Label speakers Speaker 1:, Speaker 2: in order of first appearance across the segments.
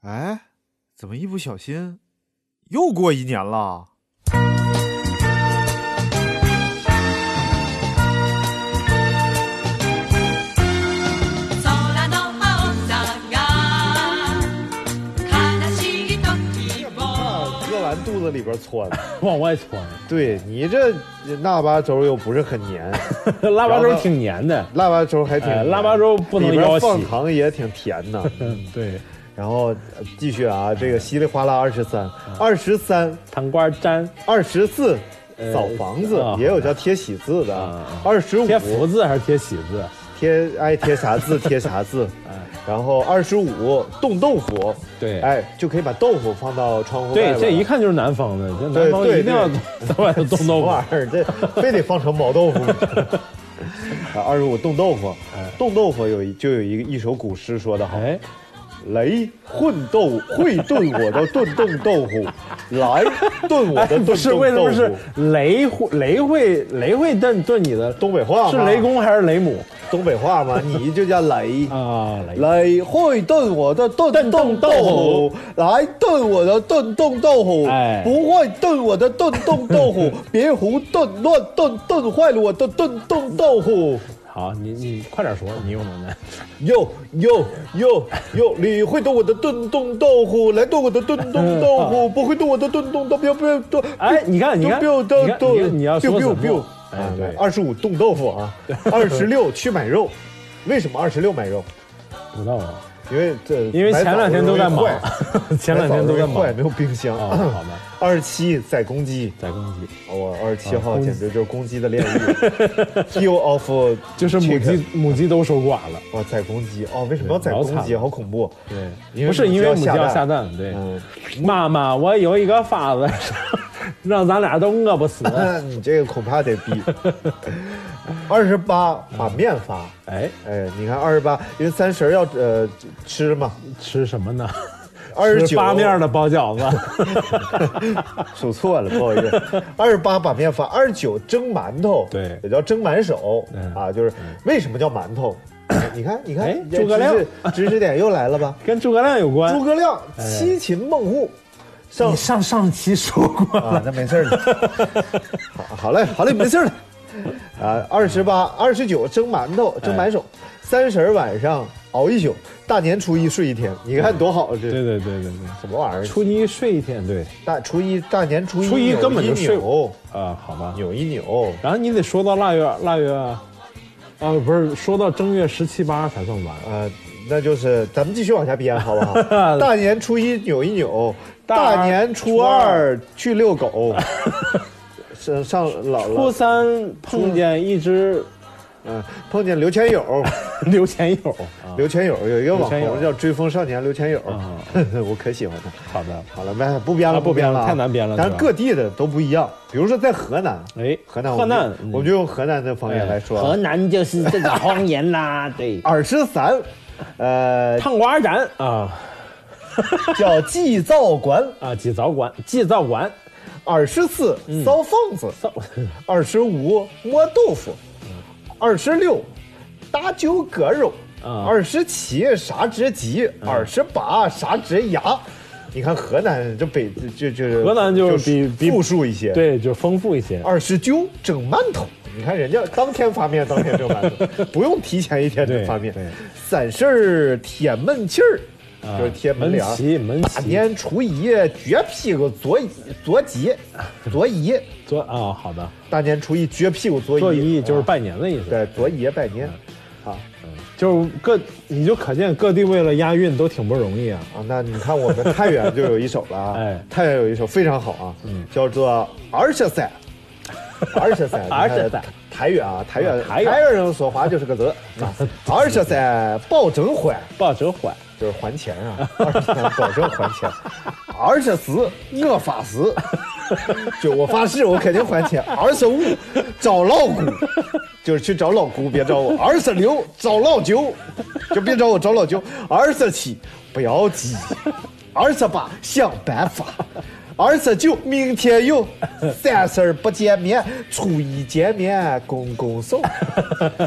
Speaker 1: 哎，怎么一不小心又过一年了？
Speaker 2: 空の青さが悲しい時も
Speaker 3: 喝完肚子里边窜。
Speaker 4: 往外窜，
Speaker 3: 对你这腊八粥又不是很黏，
Speaker 4: 腊八粥挺黏的。
Speaker 3: 腊八粥还挺
Speaker 4: 哎
Speaker 3: 黏、
Speaker 4: 腊八粥不能
Speaker 3: 里边
Speaker 4: 腰细
Speaker 3: 放糖也挺甜的。
Speaker 4: 嗯，对，
Speaker 3: 然后呃继续啊，这个稀里哗啦二十三、二十三、
Speaker 4: 糖瓜粘
Speaker 3: 二十四，
Speaker 4: 呃
Speaker 3: 扫房子、
Speaker 4: 啊
Speaker 3: 也有叫贴喜字的
Speaker 4: 啊，
Speaker 3: 二十五
Speaker 4: 贴福字还是贴喜字？
Speaker 3: 贴爱贴啥字贴啥 字，然后二十五冻豆腐，
Speaker 4: 哎对
Speaker 3: 哎，就可以把豆腐放到窗户外
Speaker 4: 对
Speaker 3: 边，
Speaker 4: 这一看就是南方的，这南方
Speaker 3: 对对
Speaker 4: 一定要 在外头冻
Speaker 3: 什么
Speaker 4: 豆腐。
Speaker 3: 玩意儿，这非得放成毛豆腐。 二十五冻豆腐
Speaker 4: 哎，
Speaker 3: 冻豆腐有一就有一个一首古诗说得好：
Speaker 4: 哎，
Speaker 3: 雷混豆会炖我的炖冻豆 腐，来炖我
Speaker 4: 哎
Speaker 3: 的炖
Speaker 4: 不是，为
Speaker 3: 冻
Speaker 4: 什
Speaker 3: 豆
Speaker 4: 么
Speaker 3: 腐。
Speaker 4: 是雷会雷会雷会炖炖你的？
Speaker 3: 东北话吗
Speaker 4: 是雷公还是雷母
Speaker 3: 东北话 吗？你就叫雷。
Speaker 4: 啊？雷
Speaker 3: 雷会炖我的炖冻豆腐，来炖我的炖冻豆腐
Speaker 4: 哎，
Speaker 3: 不会炖我的炖冻豆 腐，别胡炖乱炖，炖坏了我的炖冻豆腐。
Speaker 4: 好，你你快点说，你有能耐。
Speaker 3: 哟哟哟哟！你会炖我的炖冻豆腐，来炖我的炖冻豆 腐，不会炖我的炖冻豆腐，不要炖。
Speaker 4: 哎，你看，你看，
Speaker 3: biu
Speaker 4: 你看，你看你要说什
Speaker 3: biu
Speaker 4: 么？哎，对，
Speaker 3: 二十五冻豆腐 啊，二十六去买肉，为什么二十六买肉？
Speaker 4: 不知道啊，
Speaker 3: 因为这
Speaker 4: 因为前两天都在忙
Speaker 3: 买枣容易坏
Speaker 4: 前两天都在
Speaker 3: 买枣容
Speaker 4: 忙
Speaker 3: 易坏没有冰箱。
Speaker 4: 啊，好吧，
Speaker 3: 二十七宰公鸡，
Speaker 4: 宰公鸡
Speaker 3: 我二十七号
Speaker 4: 啊公鸡
Speaker 3: 简直就是公鸡的 炼狱，kill of
Speaker 4: 就是母
Speaker 3: chicken
Speaker 4: 鸡， 母鸡都收寡了。
Speaker 3: 哇，宰公鸡哦，为什么要宰
Speaker 4: 对老
Speaker 3: 公鸡？
Speaker 4: 惨了
Speaker 3: 好恐怖！
Speaker 4: 对，不是因为母鸡要下蛋，对。
Speaker 3: 嗯，
Speaker 4: 妈妈，我有一个法子， 让咱俩都饿不 死。
Speaker 3: 那你这个恐怕得逼。二十八把面发，
Speaker 4: 哎，
Speaker 3: 哎，你看二十八，因为三十儿要呃吃嘛，
Speaker 4: 吃什么 呢？
Speaker 3: 二十
Speaker 4: 吃
Speaker 3: 九
Speaker 4: 八面的包饺 子。
Speaker 3: 数错了，不好意思。二十八把面发，二十九蒸馒头，
Speaker 4: 对
Speaker 3: 也叫蒸馒手
Speaker 4: 嗯
Speaker 3: 啊，就是为什么叫馒头？你看，你
Speaker 4: 哎
Speaker 3: 看，
Speaker 4: 诸葛亮
Speaker 3: 知识知识点又来了 吧？
Speaker 4: 跟诸葛亮有关。
Speaker 3: 诸葛亮七擒孟获，上
Speaker 4: 你上上期说过了，
Speaker 3: 啊，那没事儿了。好，啊好嘞，好嘞，没事儿了。啊，二十八、二十九蒸馒
Speaker 4: 哎
Speaker 3: 头，蒸满手；三十儿晚上熬一宿，大年初一睡一天。你看多好，这
Speaker 4: 对对对对对，
Speaker 3: 什么玩意儿？
Speaker 4: 初一睡一天，对
Speaker 3: 大初一大年初一，
Speaker 4: 初一根本就睡
Speaker 3: 扭
Speaker 4: 啊，好吧
Speaker 3: 一扭，。扭一扭。
Speaker 4: 然后你得说到腊月，腊月，啊，不是说到正月十七八才算完。
Speaker 3: 呃，那就是咱们继续往下编，好不好？ 大年初一扭一扭，
Speaker 4: 大
Speaker 3: 大年初二去遛 狗，上上姥
Speaker 4: 初
Speaker 3: 姥，
Speaker 4: 三碰见一只
Speaker 3: 嗯、碰见刘前 友，
Speaker 4: 刘前友啊，
Speaker 3: 刘前友有一个网
Speaker 4: 刘前
Speaker 3: 红
Speaker 4: 友
Speaker 3: 叫追风少年刘前友，
Speaker 4: 啊
Speaker 3: 我可喜欢他。
Speaker 4: 好的，
Speaker 3: 好了，没不编了，
Speaker 4: 啊不编了
Speaker 3: 啊
Speaker 4: 太难编了
Speaker 3: 但
Speaker 4: 是
Speaker 3: 是
Speaker 4: 吧
Speaker 3: 各地的都不一样，比如说在河南，
Speaker 4: 哎，
Speaker 3: 河南，
Speaker 4: 河南
Speaker 3: 我们就，
Speaker 4: 嗯哎
Speaker 3: 我们就用河南的方言来说
Speaker 4: 河
Speaker 3: 啊，
Speaker 4: 南就是这个方言啦， 对，
Speaker 3: 二十三，呃，
Speaker 4: 烫瓜展 啊
Speaker 3: 叫祭灶馆，
Speaker 4: 啊，祭灶馆，祭灶馆，
Speaker 3: 二十四
Speaker 4: 嗯
Speaker 3: 烧房子。
Speaker 4: 灶，
Speaker 3: 二十五摸豆腐，
Speaker 4: 嗯
Speaker 3: 二十六打酒割肉，
Speaker 4: 啊嗯
Speaker 3: 二十七杀只鸡，二十八杀只鸭。你看河南这北就就是
Speaker 4: 河南就比比
Speaker 3: 富庶一些，，
Speaker 4: 对，就丰富一些。
Speaker 3: 二十九蒸馒头。你看人家当天发面，当天蒸馒头，不用提前一天就发面
Speaker 4: 对对。
Speaker 3: 三十儿贴门气儿，
Speaker 4: 啊
Speaker 3: 就是贴门帘儿。
Speaker 4: 旗，门
Speaker 3: 大
Speaker 4: 旗，
Speaker 3: 年初一撅屁股左一左脊左移，
Speaker 4: 做啊，好的，
Speaker 3: 大年初一撅屁股左移，啊
Speaker 4: 做一就是拜年的意思，
Speaker 3: 对，左爷拜年。啊
Speaker 4: 就是各，你就可见各地为了押韵都挺不容易啊。
Speaker 3: 啊，那你看我们太原就有一首了啊，
Speaker 4: 哎嗯
Speaker 3: 太原有一首非常好啊，叫做《二十 三》。二十三，
Speaker 4: 二十三，
Speaker 3: 太原啊，太原，
Speaker 4: 啊太原
Speaker 3: 原人说话就是个字。二十三保证还，
Speaker 4: 报纸缓，
Speaker 3: 就是还钱啊， 二十三保证还钱。二十四，我发誓，就我发誓，我肯定还钱。二十五，找老姑，就是去找老姑，别找我。二十六，找老舅，就别找我，找老舅。二十七，不要急。二十八，想办法。二十九，明天有，三十儿不见面，初一见面公公送。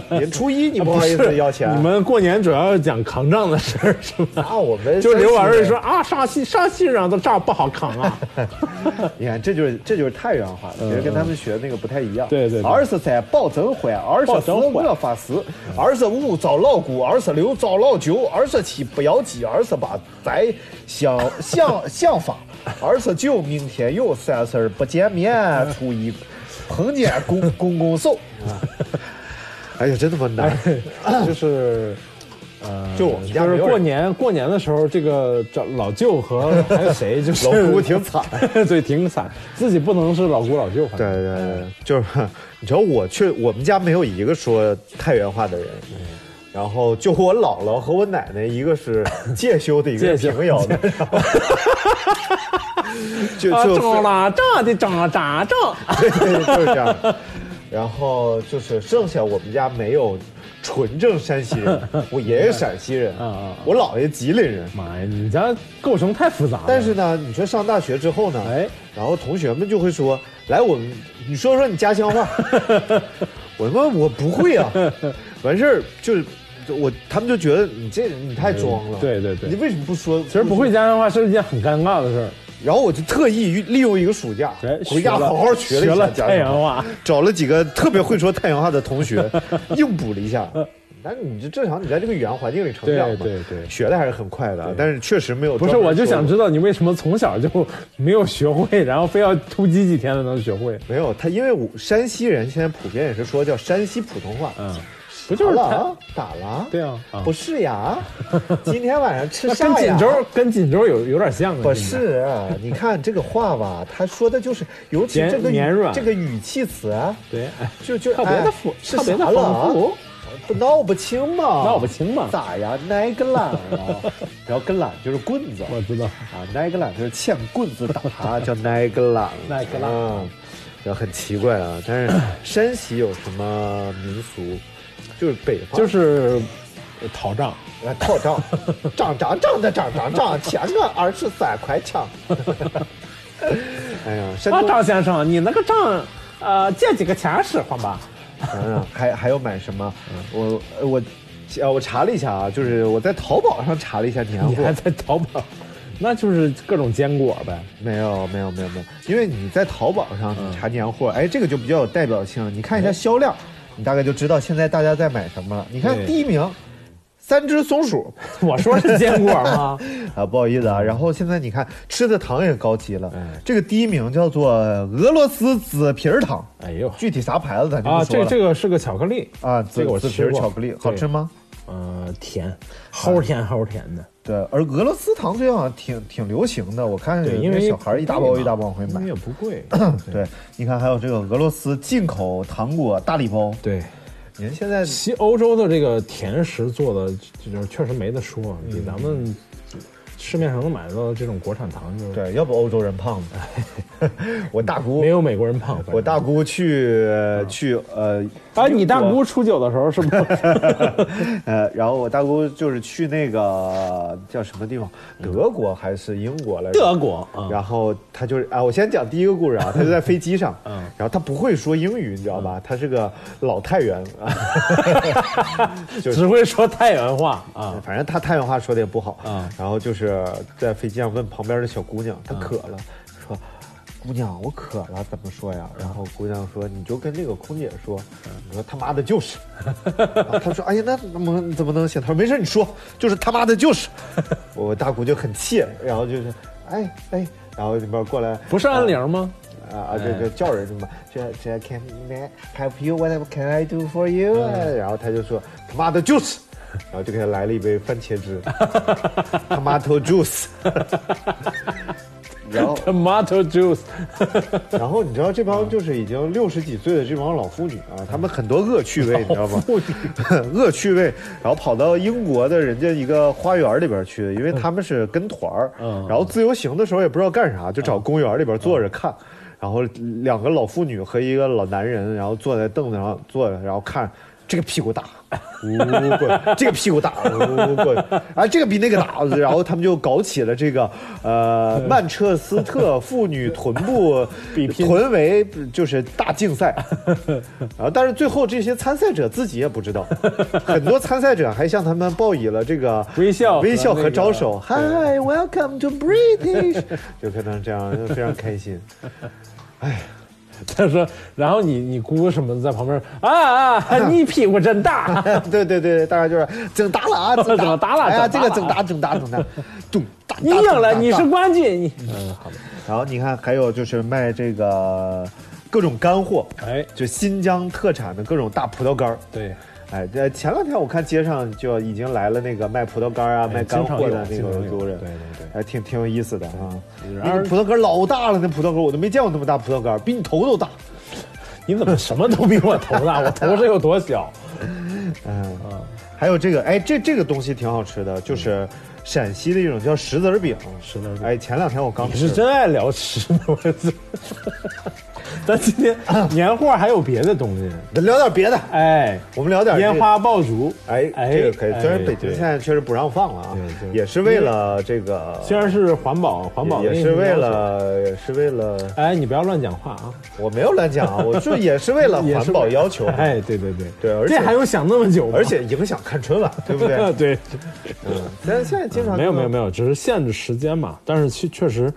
Speaker 3: 人初一你不好意思要钱，
Speaker 4: 你们过年主要讲扛账的事儿是吧？
Speaker 3: 啊，我们
Speaker 4: 就是
Speaker 3: 真
Speaker 4: 刘老
Speaker 3: 是
Speaker 4: 师说啊，上西上西壤的账不好扛啊，
Speaker 3: 你看，这就是这就是太原话，其实跟他们学那个不太一样。
Speaker 4: 嗯对对对
Speaker 3: 二十三保证还，二十四我发誓，二十五找老姑，二十六找老舅，二十七不要急，二十八咱想想想法，二十九明天有，三十儿不见面，初一碰见公公公 手。哎呀，真他妈难！
Speaker 4: 就是。呃，
Speaker 3: 就我们家
Speaker 4: 就
Speaker 3: 没有
Speaker 4: 是
Speaker 3: 人
Speaker 4: 过年过年的时候，这个找老舅和还有 谁，就是
Speaker 3: 老姑挺惨，
Speaker 4: 对，挺惨，自己不能是老姑老舅，反
Speaker 3: 对对
Speaker 4: 正
Speaker 3: 对，就是你知道我去我们家没有一个说太原话的人，然后就我姥姥和我奶奶，一个是介休的，一个是
Speaker 4: 介休
Speaker 3: 平遥的， 就
Speaker 4: 啊，
Speaker 3: 就
Speaker 4: 长啦长的长咋哎长，
Speaker 3: 对对就是这样。然后就是剩下我们家没有纯正山西人， 我爷爷陕西人
Speaker 4: 啊啊啊，
Speaker 3: 我姥爷吉林人。
Speaker 4: 妈呀，你家构成太复杂了。
Speaker 3: 但是呢，你说上大学之后呢，
Speaker 4: 哎
Speaker 3: 然后同学们就会说，来我们，你说说你家乡 话，我他妈我不会啊，完事儿就是我，他们就觉得你这你太装了，
Speaker 4: 嗯对对对
Speaker 3: 你为什么不说？其
Speaker 4: 其实不会家乡话是一件很尴尬的事儿。
Speaker 3: 然后我就特意利用一个暑假
Speaker 4: 哎，
Speaker 3: 回家
Speaker 4: 学了
Speaker 3: 好好学了一
Speaker 4: 学
Speaker 3: 下
Speaker 4: 了
Speaker 3: 家乡
Speaker 4: 太原话，
Speaker 3: 找了几个特别会说太原话的同 学，硬补了一下。但是你这正常，你在这个语言环境里成长嘛，
Speaker 4: 对对对
Speaker 3: 学的还是很快的啊，但是确实没有
Speaker 4: 不是，
Speaker 3: 专门
Speaker 4: 我就
Speaker 3: 说过
Speaker 4: 想知道你为什么从小就没有学会，然后非要突击几天才能学会？
Speaker 3: 没有他，因为我山西人现在普遍也是说叫山西普通话，
Speaker 4: 嗯，不就是
Speaker 3: 打了
Speaker 4: 太
Speaker 3: 啊打了啊，
Speaker 4: 对啊啊
Speaker 3: 不是 呀，今天晚上吃
Speaker 4: 那
Speaker 3: 啥
Speaker 4: 跟
Speaker 3: 呀？
Speaker 4: 锦州跟锦州有有点像啊？
Speaker 3: 不
Speaker 4: 现在
Speaker 3: 是啊，你看这个话吧，他说的就是，尤其
Speaker 4: 绵
Speaker 3: 这个语
Speaker 4: 绵软
Speaker 3: 这个语气词啊，
Speaker 4: 对，哎
Speaker 3: 就就
Speaker 4: 特别的
Speaker 3: 哎
Speaker 4: 复，
Speaker 3: 是
Speaker 4: 特别的
Speaker 3: 啥了啊
Speaker 4: 丰？富，
Speaker 3: 不闹不清嘛，
Speaker 4: 闹不清嘛
Speaker 3: 咋呀？挨个懒啊， 然后个懒就是棍子，
Speaker 4: 我知道。
Speaker 3: 啊，挨个懒就是欠棍子 打，叫挨个懒，
Speaker 4: 挨个懒
Speaker 3: 啊，然后很奇怪啊。但是山西有什么民俗？就是北方，
Speaker 4: 就是讨账，
Speaker 3: 来靠 账，涨涨涨的涨涨涨，钱啊二十三块抢。哎呀，山
Speaker 4: 啊，
Speaker 3: 东
Speaker 4: 张先生，你那个账，呃，借几个钱使唤吧。
Speaker 3: 想想啊还还要买什么？我我呃我查了一下啊，就是我在淘宝上查了一下年
Speaker 4: 你还
Speaker 3: 货，
Speaker 4: 在淘宝，那就是各种坚果呗。
Speaker 3: 没有没有没有没有，因为你在淘宝上你查年
Speaker 4: 嗯
Speaker 3: 货，哎，这个就比较有代表性。你
Speaker 4: 哎
Speaker 3: 看一下销量，你大概就知道现在大家在买什么了。你看
Speaker 4: 对
Speaker 3: 第一名，三只松鼠，
Speaker 4: 我说是坚果吗？
Speaker 3: 啊，不好意思
Speaker 4: 嗯
Speaker 3: 啊。然后现在你看吃的糖也高级了，这个第一名叫做俄罗斯紫皮儿糖，
Speaker 4: 哎呦，
Speaker 3: 具体啥牌子咱就
Speaker 4: 啊，
Speaker 3: 不说
Speaker 4: 这
Speaker 3: 了。
Speaker 4: 这个是个巧克力
Speaker 3: 啊，
Speaker 4: 这
Speaker 3: 紫
Speaker 4: 个我
Speaker 3: 紫皮
Speaker 4: 吃
Speaker 3: 儿
Speaker 4: 过
Speaker 3: 巧克力好
Speaker 4: 对
Speaker 3: 吃吗？
Speaker 4: 呃，甜，齁甜齁甜的，
Speaker 3: 对，而俄罗斯糖最近好像挺挺流行的，我看
Speaker 4: 对，因
Speaker 3: 那
Speaker 4: 为
Speaker 3: 小孩儿一大包一大包往回
Speaker 4: 因为
Speaker 3: 买
Speaker 4: 也。不贵，
Speaker 3: 对，你看还有这个俄罗斯进口糖果大礼包，
Speaker 4: 对。
Speaker 3: 您现在
Speaker 4: 西欧洲的这个甜食做的，就是确实没得说，
Speaker 3: 嗯
Speaker 4: 比咱们市面上能买到的这种国产糖就是
Speaker 3: 对，要不欧洲人胖子， 我大姑
Speaker 4: 没有嗯美国人胖。反正
Speaker 3: 我大姑去去呃
Speaker 4: 啊，你大姑初九的时候是 不是？
Speaker 3: 呃，然后我大姑就是去那个叫什么地方，德国还是英国来着？
Speaker 4: 嗯 德国啊
Speaker 3: 然后她就是啊，我先讲第一个故事啊，她就在飞机上，
Speaker 4: 嗯
Speaker 3: 然后她不会说英语，你知道吧？她是个老太原啊，就是
Speaker 4: 只会说太原话啊，
Speaker 3: 反正她太原话说的也不好
Speaker 4: 啊
Speaker 3: 然后就是在飞机上问旁边的小姑娘，她渴了，
Speaker 4: 啊
Speaker 3: 说。姑娘，我渴了，怎么说呀？然后姑娘说，你就跟那个空姐说，
Speaker 4: 啊
Speaker 3: 你说他妈的 就是。然后她说，哎呀，那怎么怎么能行？她说没事，你说，就是他妈的就是。我大姑就很气，然后就是，哎哎，然后里边过来
Speaker 4: 不是安玲吗？
Speaker 3: 啊啊，这个叫人什么，这这 can I help you? What can I do for you？、然哎后他就说他妈的 juice，然 后就给他来了一杯番茄汁，tomato juice。然啊后，
Speaker 4: Tomato juice，
Speaker 3: 然后你知道这帮就是已经六十几岁的这帮老妇女啊，她们很多恶趣味，你知道吗？ 恶趣味，然后跑到英国的人家一个花园里边去，因为他们是跟团儿，
Speaker 4: 嗯
Speaker 3: 然后自由行的时候也不知道干啥，就找公园里边坐着看。然后两个老妇女和一个老男人，然后坐在凳子上坐着，然后看这个屁股大，哦滚，这个屁股大，哦滚，啊，这个比那个大，然后他们就搞起了这个呃曼彻斯特妇女臀部
Speaker 4: 比拼
Speaker 3: 臀围就是大竞 赛，啊，但是最后这些参赛者自己也不知道，很多参赛者还向他们报以了这个
Speaker 4: 微笑和
Speaker 3: 微笑
Speaker 4: 那
Speaker 3: 和
Speaker 4: 个
Speaker 3: 招手，Hi, welcome to British，就 可能这样就非常开心。
Speaker 4: 他说，然后你你姑什么在旁边啊 啊，你屁股真大，
Speaker 3: 对对对，大概就是整打了 啊，整
Speaker 4: 怎
Speaker 3: 打
Speaker 4: 么打了
Speaker 3: 哎呀，这
Speaker 4: 整
Speaker 3: 个
Speaker 4: 打
Speaker 3: 整
Speaker 4: 了
Speaker 3: 打整打整打，咚打。
Speaker 4: 你
Speaker 3: 打
Speaker 4: 赢了，
Speaker 3: 打
Speaker 4: 你
Speaker 3: 打
Speaker 4: 是冠军，你嗯好的，
Speaker 3: 然后你看，还有就是卖这个各种干货，
Speaker 4: 哎
Speaker 3: 就新疆特产的各种大葡萄干儿。
Speaker 4: 对，
Speaker 3: 哎，这前两天我看街上就已经来了那个卖葡萄干儿啊、卖干
Speaker 4: 经常
Speaker 3: 货
Speaker 4: 有
Speaker 3: 的那
Speaker 4: 哎经常
Speaker 3: 个
Speaker 4: 有
Speaker 3: 族人，
Speaker 4: 对对对
Speaker 3: 还挺挺有意思的啊。
Speaker 4: 然
Speaker 3: 那
Speaker 4: 而
Speaker 3: 个葡萄干儿老大了，那葡萄干儿我都没见过那么大葡萄干儿，比你头都大。
Speaker 4: 你怎么什么都比我头大？我头是有多小？
Speaker 3: 嗯，还有这个，哎，这这个东西挺好吃的，就是陕西的一种叫石子儿饼。
Speaker 4: 嗯石子儿饼
Speaker 3: 哎，前两天我刚
Speaker 4: 你
Speaker 3: 吃
Speaker 4: 是
Speaker 3: 了。
Speaker 4: 真爱聊吃的，我这。咱今天年货还有别的东西，
Speaker 3: 聊点别的，
Speaker 4: 哎，
Speaker 3: 我们聊点这
Speaker 4: 烟花爆竹，哎
Speaker 3: 哎，这个可以。虽然北京
Speaker 4: 对
Speaker 3: 现在确实不让放了啊
Speaker 4: 对，对
Speaker 3: 也是为了这个，
Speaker 4: 虽然是环保，环保
Speaker 3: 也
Speaker 4: 的
Speaker 3: 也是为
Speaker 4: 要求。
Speaker 3: 了，也是为了，
Speaker 4: 哎，你不要乱讲话啊！
Speaker 3: 我没有乱讲啊，我就也是为了
Speaker 4: 也
Speaker 3: 环
Speaker 4: 是
Speaker 3: 保要求，
Speaker 4: 哎，对对对
Speaker 3: 对而且
Speaker 4: 这还用想那么久吗？
Speaker 3: 而且影响看春晚，对不对？
Speaker 4: 对，
Speaker 3: 但是现在经常
Speaker 4: 没有没有没
Speaker 3: 有，
Speaker 4: 有，只是限制时间嘛。但是确确实，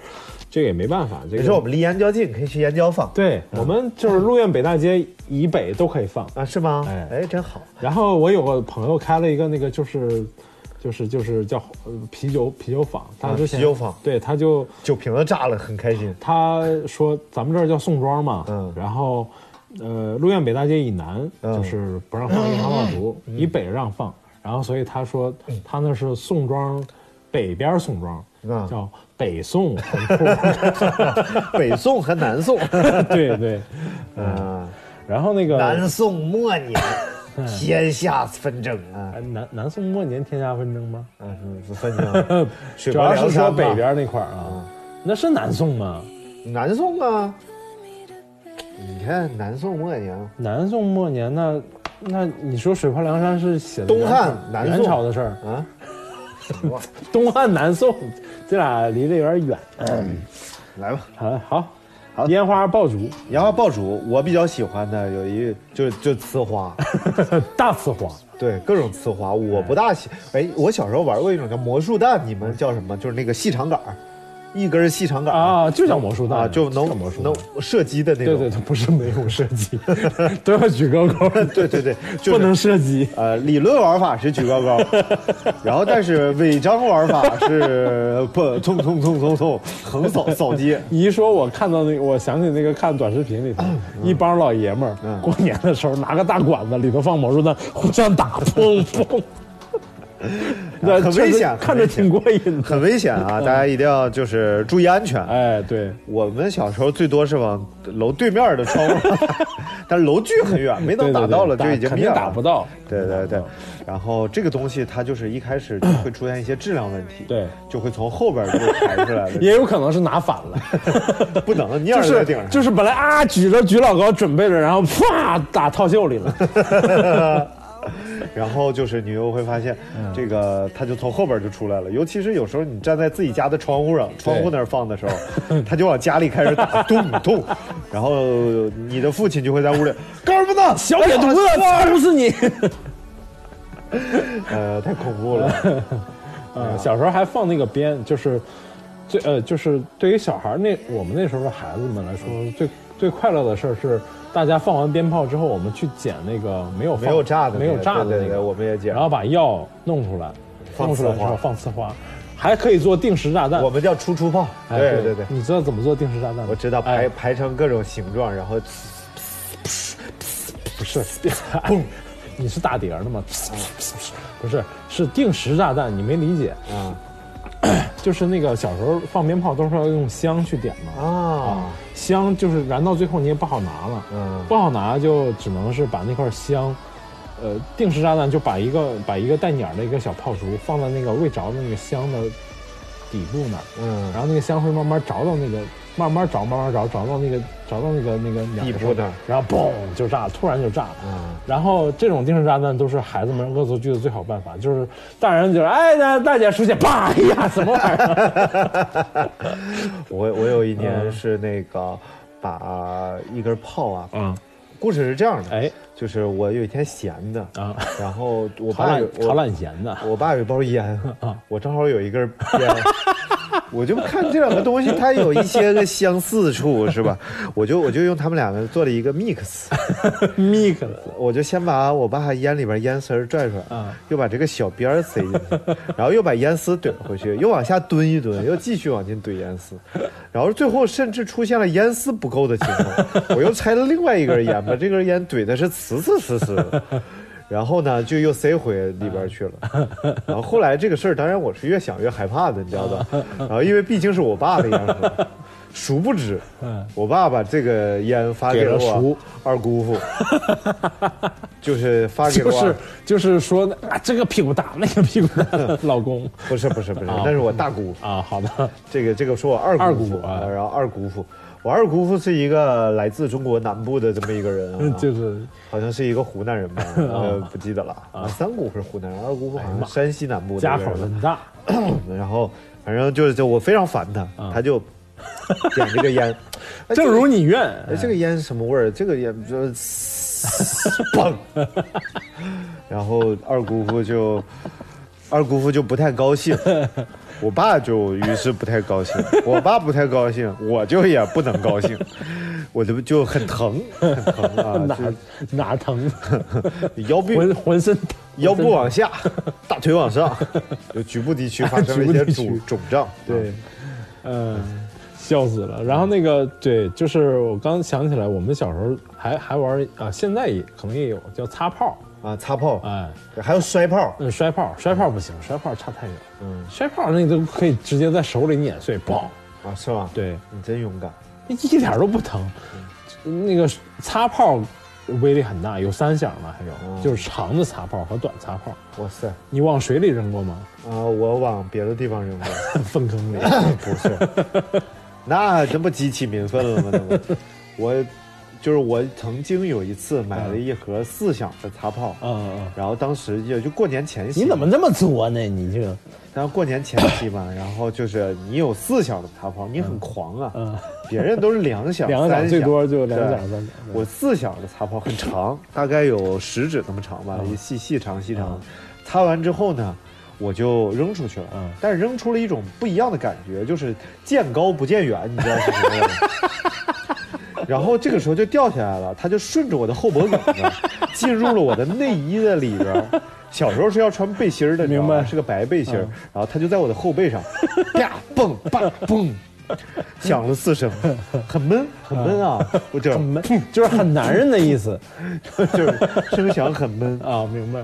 Speaker 4: 这个也没办法。这
Speaker 3: 你
Speaker 4: 个
Speaker 3: 说我们离燕郊近，可以去燕郊放，
Speaker 4: 对，我们就是路苑北大街以北都可以放。
Speaker 3: 啊，是吗
Speaker 4: 哎？
Speaker 3: 哎，真好，
Speaker 4: 然后我有个朋友开了一个那个就是。就是就是叫呃啤酒啤酒坊，他
Speaker 3: 啊
Speaker 4: 之前、
Speaker 3: 啤酒坊
Speaker 4: 对他就
Speaker 3: 酒瓶子炸了，很开心。
Speaker 4: 他说咱们这儿叫宋庄嘛，
Speaker 3: 嗯
Speaker 4: 然后呃，路苑北大街以南、
Speaker 3: 嗯
Speaker 4: 就是不让放烟花爆竹，以北让放，然后所以他说他那是宋庄北边宋庄，
Speaker 3: 嗯
Speaker 4: 叫北 宋红铺，
Speaker 3: 北宋和南 宋，
Speaker 4: 对对，
Speaker 3: 嗯，
Speaker 4: 然后那个
Speaker 3: 啊南宋末 年天下纷争啊，
Speaker 4: 哎南南宋末年天下纷争吗？
Speaker 3: 啊，是纷争，水
Speaker 4: 主
Speaker 3: 泊
Speaker 4: 要
Speaker 3: 梁
Speaker 4: 是
Speaker 3: 山嘛
Speaker 4: 说
Speaker 3: 嗯
Speaker 4: 北边那块儿啊，那是南宋吗？
Speaker 3: 南宋啊，你看南宋末年，
Speaker 4: 南宋末年那那你说水泊梁山是写的
Speaker 3: 东
Speaker 4: 元朝
Speaker 3: 汉南
Speaker 4: 元
Speaker 3: 宋
Speaker 4: 朝的事儿，
Speaker 3: 啊，
Speaker 4: 东汉南宋， 这俩离得有点远。
Speaker 3: 来吧，
Speaker 4: 啊，好，
Speaker 3: 好
Speaker 4: 烟花爆竹，
Speaker 3: 杨花爆竹，我比较喜欢的有一就是就呲 花，
Speaker 4: 大呲花，
Speaker 3: 对，各种呲花，我不大喜。哎，我小时候玩过一种叫魔术弹，你们叫什么？就是那个细长杆儿，一根细长杆儿
Speaker 4: 啊就叫魔术弹
Speaker 3: 啊，就
Speaker 4: 就叫
Speaker 3: 能
Speaker 4: 魔术弹
Speaker 3: 能射击的那
Speaker 4: 对
Speaker 3: 种。
Speaker 4: 对对，不是没有射 击，都要举高高，
Speaker 3: 对对对，就是、
Speaker 4: 不能射击。
Speaker 3: 呃，理论玩法是举高 高，然后但是违章玩法是不冲冲冲冲冲横扫扫街。
Speaker 4: 你一说，我看到那个，我想起那个看短视频里头，
Speaker 3: 嗯
Speaker 4: 一帮老爷们儿过年的时候拿个大管子，里头放魔术弹，互相打，砰 砰。那
Speaker 3: 啊很
Speaker 4: 确实
Speaker 3: 危险
Speaker 4: 看着挺过瘾的。
Speaker 3: 很危险啊！大家一定要就是注意安全。
Speaker 4: 嗯哎，对，
Speaker 3: 我们小时候最多是往楼对面的窗户 上打，但是楼距很远，没等
Speaker 4: 对对
Speaker 3: 打
Speaker 4: 对
Speaker 3: 到了就
Speaker 4: 打
Speaker 3: 已经
Speaker 4: 肯
Speaker 3: 灭
Speaker 4: 定
Speaker 3: 了。
Speaker 4: 打不。到。
Speaker 3: 对对对，然后这个东西它就是一开始就会出现一些质量问题，
Speaker 4: 对
Speaker 3: 就会从后边就排出来 了，
Speaker 4: 也有可能是拿反 了。
Speaker 3: 不能蔫
Speaker 4: 就
Speaker 3: 儿在
Speaker 4: 是
Speaker 3: 顶上。
Speaker 4: 就是本来啊举着举老高准备着，然后啪打套袖里了。
Speaker 3: 然后就是你又会发现，
Speaker 4: 嗯
Speaker 3: 这个它就从后边就出来了。尤其是有时候你站在自己家的窗户上，窗户那儿放的时候，它就往家里开始打，咚咚。然后你的父亲就会在屋里，
Speaker 4: 干什么 呢？小野
Speaker 3: 哎
Speaker 4: 犊子，抽死你！
Speaker 3: 呃，太恐怖了。哎
Speaker 4: 嗯，小时候还放那个鞭，就是最呃，就是对于小孩儿那我们那时候的孩子们来说，
Speaker 3: 嗯
Speaker 4: 最最快乐的事儿是大家放完鞭炮之后，我们去捡那个没有放
Speaker 3: 没有炸的那个
Speaker 4: 没有炸
Speaker 3: 对
Speaker 4: 的
Speaker 3: 对
Speaker 4: 那
Speaker 3: 对
Speaker 4: 个，
Speaker 3: 我们也捡
Speaker 4: 然后把药弄出来，
Speaker 3: 放
Speaker 4: 弄出来
Speaker 3: 呲
Speaker 4: 之
Speaker 3: 花
Speaker 4: 后放呲花，还可以做定时炸弹
Speaker 3: 我。们叫出出炮，
Speaker 4: 哎
Speaker 3: 对对对，
Speaker 4: 你知道怎么做定时炸弹吗？
Speaker 3: 我知道
Speaker 4: 哎
Speaker 3: 排排成各种形状，然后
Speaker 4: 不是， 哎你是大碟儿的吗？不是，是定时炸弹，你没理解。
Speaker 3: 啊
Speaker 4: 就是那个小时候放鞭炮都是要用香去点嘛，
Speaker 3: 啊，
Speaker 4: 香就是燃到最后你也不好拿了，
Speaker 3: 嗯
Speaker 4: 不好拿就只能是把那块香，呃，定时炸弹就把一个把一个带捻儿的一个小炮竹放在那个未着的那个香的底部那儿，
Speaker 3: 嗯
Speaker 4: 然后那个香会慢慢着到那个，慢慢着慢慢着着到那个找到那个那个鸟
Speaker 3: 一
Speaker 4: 的时
Speaker 3: 拨
Speaker 4: 候
Speaker 3: 它，
Speaker 4: 然后嘣就炸，突然就炸。
Speaker 3: 嗯
Speaker 4: 然后这种定时炸弹都是孩子们恶作剧的最好办法，就是大人就是哎大大姐出去，啪一下什么玩意 儿？
Speaker 3: 我我有一
Speaker 4: 嗯
Speaker 3: 年是那个把一根炮啊，
Speaker 4: 嗯，
Speaker 3: 故事是这样的，
Speaker 4: 哎
Speaker 3: 就是我有一天闲的，
Speaker 4: 啊，
Speaker 3: 然后我
Speaker 4: 好
Speaker 3: 爸有
Speaker 4: 懒好
Speaker 3: 我
Speaker 4: 懒 闲的，
Speaker 3: 我爸有一包 烟，
Speaker 4: 啊
Speaker 3: 我正好有一根烟，我就看 这两个东西它有一些个相似处是吧？ 我就我就用他们两个做了一个 mix，
Speaker 4: mix
Speaker 3: 我就先把我爸烟里边烟丝儿拽出来，
Speaker 4: 啊
Speaker 3: 又把这个小边儿塞进去，然后又把烟丝怼回去，又往下蹲一蹲，又继续往进怼烟丝，然后最后甚至出现了烟丝不够的情况，我又拆了另外一根烟，把这根烟怼的是呲呲呲呲的。然后呢，就又塞回里边去了。
Speaker 4: 嗯
Speaker 3: 然后后来这个事儿，当然我是越想越害怕的，你知道 吧？然后因为毕竟是我爸的烟盒，殊不知，我爸把这个烟发
Speaker 4: 嗯给
Speaker 3: 了
Speaker 4: 了
Speaker 3: 我
Speaker 4: 叔
Speaker 3: 二姑 父，就是发 给了
Speaker 4: 就
Speaker 3: 我二
Speaker 4: 是就是说啊这个屁股大那个屁股大的老公
Speaker 3: 不是不是不是，那是我大姑，
Speaker 4: 啊，好的，
Speaker 3: 这个这个是我二
Speaker 4: 二
Speaker 3: 姑父
Speaker 4: 姑啊
Speaker 3: 然后二姑父，我二姑父是一个来自中国南部的这么一个人啊，
Speaker 4: 就是啊
Speaker 3: 好像是一个湖南 人吧，呃，不记得了啊。三姑父是湖南人，二姑父好像山西南部的
Speaker 4: 哎家
Speaker 3: 一个
Speaker 4: 口
Speaker 3: 人
Speaker 4: 很大，
Speaker 3: 哎然后反正就是就我非常烦他，他就点这个 烟，哎
Speaker 4: 正啊如你愿。
Speaker 3: 哎，这个烟是什么味儿？这个烟就是嘣， 然后二姑父就二姑父就不太高兴，我爸就于是不太高兴，我爸不太高兴，我就也不能高兴，我就就很疼，很疼啊，
Speaker 4: 哪哪疼，
Speaker 3: 就 腰部
Speaker 4: 浑浑身疼
Speaker 3: 腰部往下，大腿往上，有局部地区发生了一
Speaker 4: 局
Speaker 3: 些
Speaker 4: 部地区
Speaker 3: 肿肿胀，
Speaker 4: 对，嗯，笑死了。然后那个，对，就是我刚想起来，我们小时候还还玩啊，现在也可能也有叫擦炮，
Speaker 3: 啊，擦炮，
Speaker 4: 哎，
Speaker 3: 还有摔炮，
Speaker 4: 那摔炮，摔炮不行，摔炮差太远。
Speaker 3: 嗯
Speaker 4: 摔炮那都可以直接在手里碾碎，嘣，
Speaker 3: 啊，是吧？，
Speaker 4: 对，
Speaker 3: 你真勇敢。
Speaker 4: 一点都不疼。那个擦炮威力很大，有三响的，还有就是长的擦炮和短擦炮。
Speaker 3: 哇塞！
Speaker 4: 你往水里扔过吗？
Speaker 3: 啊，我往别的地方扔过，
Speaker 4: 粪坑里。
Speaker 3: 不是，那这不激起民愤了吗？那 不，我就是我曾经有一次买了一盒四响的擦炮，
Speaker 4: 嗯嗯。
Speaker 3: 然后当时也就过年前夕，
Speaker 5: 你怎么？那么作呢？你这个
Speaker 3: 然后过年前夕 嘛，然后就是你有四响的擦炮，你很狂啊，
Speaker 4: 嗯
Speaker 3: 别人都是两响、
Speaker 4: 两
Speaker 3: 三
Speaker 4: 响最多就两响
Speaker 3: 对
Speaker 4: 三响对
Speaker 3: 我四响的擦炮很长，大概有食指那么长吧，
Speaker 4: 嗯
Speaker 3: 一细细长细长。擦完之后呢，我就扔出去了，
Speaker 4: 嗯
Speaker 3: 但是扔出了一种不一样的感觉，就是见高不见远，你知道是什么吗？ 然后这个时候就掉下来了，它就顺着我的后脖梗子进入了我的内衣的里边儿。小时候是要穿背心儿的，你知道吗
Speaker 4: 明白嗯
Speaker 3: 是个白背心儿，然后它就在我的后背上，啪蹦啪蹦，响了四 声，很闷，很闷啊！我这
Speaker 4: 很闷， 就是很男人的意思
Speaker 3: 就是声响很闷，
Speaker 4: 啊，明白？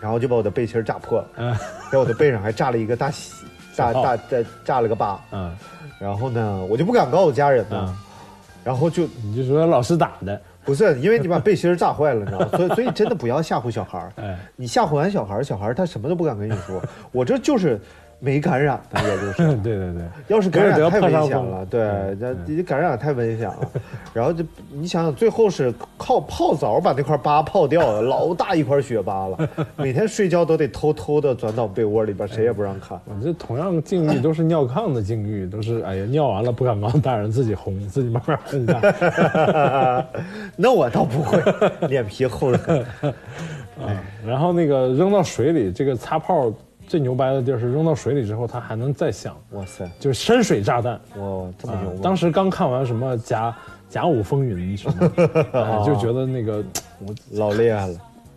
Speaker 3: 然后就把我的背心儿炸破了，
Speaker 4: 嗯
Speaker 3: 在我的背上还炸了一个大喜，炸
Speaker 4: 小号
Speaker 3: 大炸炸了个疤。
Speaker 4: 嗯，
Speaker 3: 然后呢，我就不敢告诉家人呢
Speaker 4: 嗯，
Speaker 3: 然后就
Speaker 4: 你就说老师打的，
Speaker 3: 不是因为你把背心儿炸坏了，你知道吗？所以所以真的不要吓唬小孩儿。
Speaker 4: 哎，
Speaker 3: 你吓唬完小孩儿，小孩儿他什么都不敢跟你说。我这就是没感染的，也就是
Speaker 4: 对对对，
Speaker 3: 要是感
Speaker 4: 不
Speaker 3: 染
Speaker 4: 要
Speaker 3: 太
Speaker 4: 怕
Speaker 3: 危
Speaker 4: 伤
Speaker 3: 险
Speaker 4: 风嗯
Speaker 3: 了，对，那你感染太危险了。然后就你想想，最后是靠泡澡把那块疤泡掉了，老大一块血疤了。每天睡觉都得偷偷的钻到被窝里边，谁也不让看。
Speaker 4: 我这同样境遇都是尿炕的境遇，都是哎呀尿完了不敢帮大人自己烘，自己慢慢烘干。
Speaker 3: 那我倒不会，脸皮厚着很。
Speaker 4: 然后那个扔到水里，这个擦炮最牛掰的地儿是扔到水里之后它还能再响，
Speaker 3: 哇塞，
Speaker 4: 就是深水炸弹。
Speaker 3: 哇，这么
Speaker 4: 啊
Speaker 3: 牛吗？
Speaker 4: 当时刚看完什么甲甲午风云什么， 哎就觉得那个
Speaker 3: 老厉害了，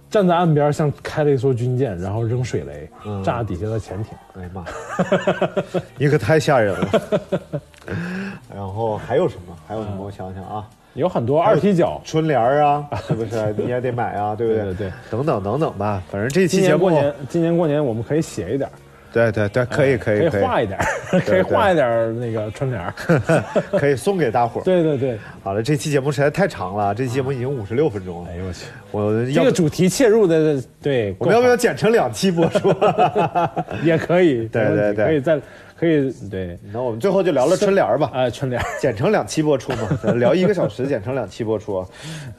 Speaker 4: 站在岸边像开了一艘军舰，然后扔水雷
Speaker 3: 嗯
Speaker 4: 炸底下的潜艇。
Speaker 3: 哎呀妈， 你可太吓人了。然后还有什么？还有什么？我想想啊。
Speaker 4: 有很多二踢脚，
Speaker 3: 春联儿啊，是不是你也得买啊？对不对？
Speaker 4: 对对对
Speaker 3: 等等等等吧，反正这期
Speaker 4: 今
Speaker 3: 节
Speaker 4: 年
Speaker 3: 目
Speaker 4: 过年，今年过年我们可以写一点儿，
Speaker 3: 对对对，可以可以
Speaker 4: 可以画一点儿， 可
Speaker 3: 对
Speaker 4: 以画一点儿那个春联儿。
Speaker 3: 可以送给大伙儿。
Speaker 4: 对对对，
Speaker 3: 好了，这期节目实在太长了，这期节目已经五十六分钟了
Speaker 4: 哎，呦我去，
Speaker 3: 我
Speaker 4: 这
Speaker 3: 要
Speaker 4: 个主题切入的对，
Speaker 3: 我们要不
Speaker 4: 够
Speaker 3: 要剪成两期播出？
Speaker 4: 好也可以？
Speaker 3: 对
Speaker 4: 没问
Speaker 3: 对
Speaker 4: 题
Speaker 3: 对
Speaker 4: 可以再可以对，
Speaker 3: 那我们最后就聊聊春联儿吧，
Speaker 4: 啊，春联儿，
Speaker 3: 剪成两期播出嘛，咱聊一个小时，剪成两期播出啊。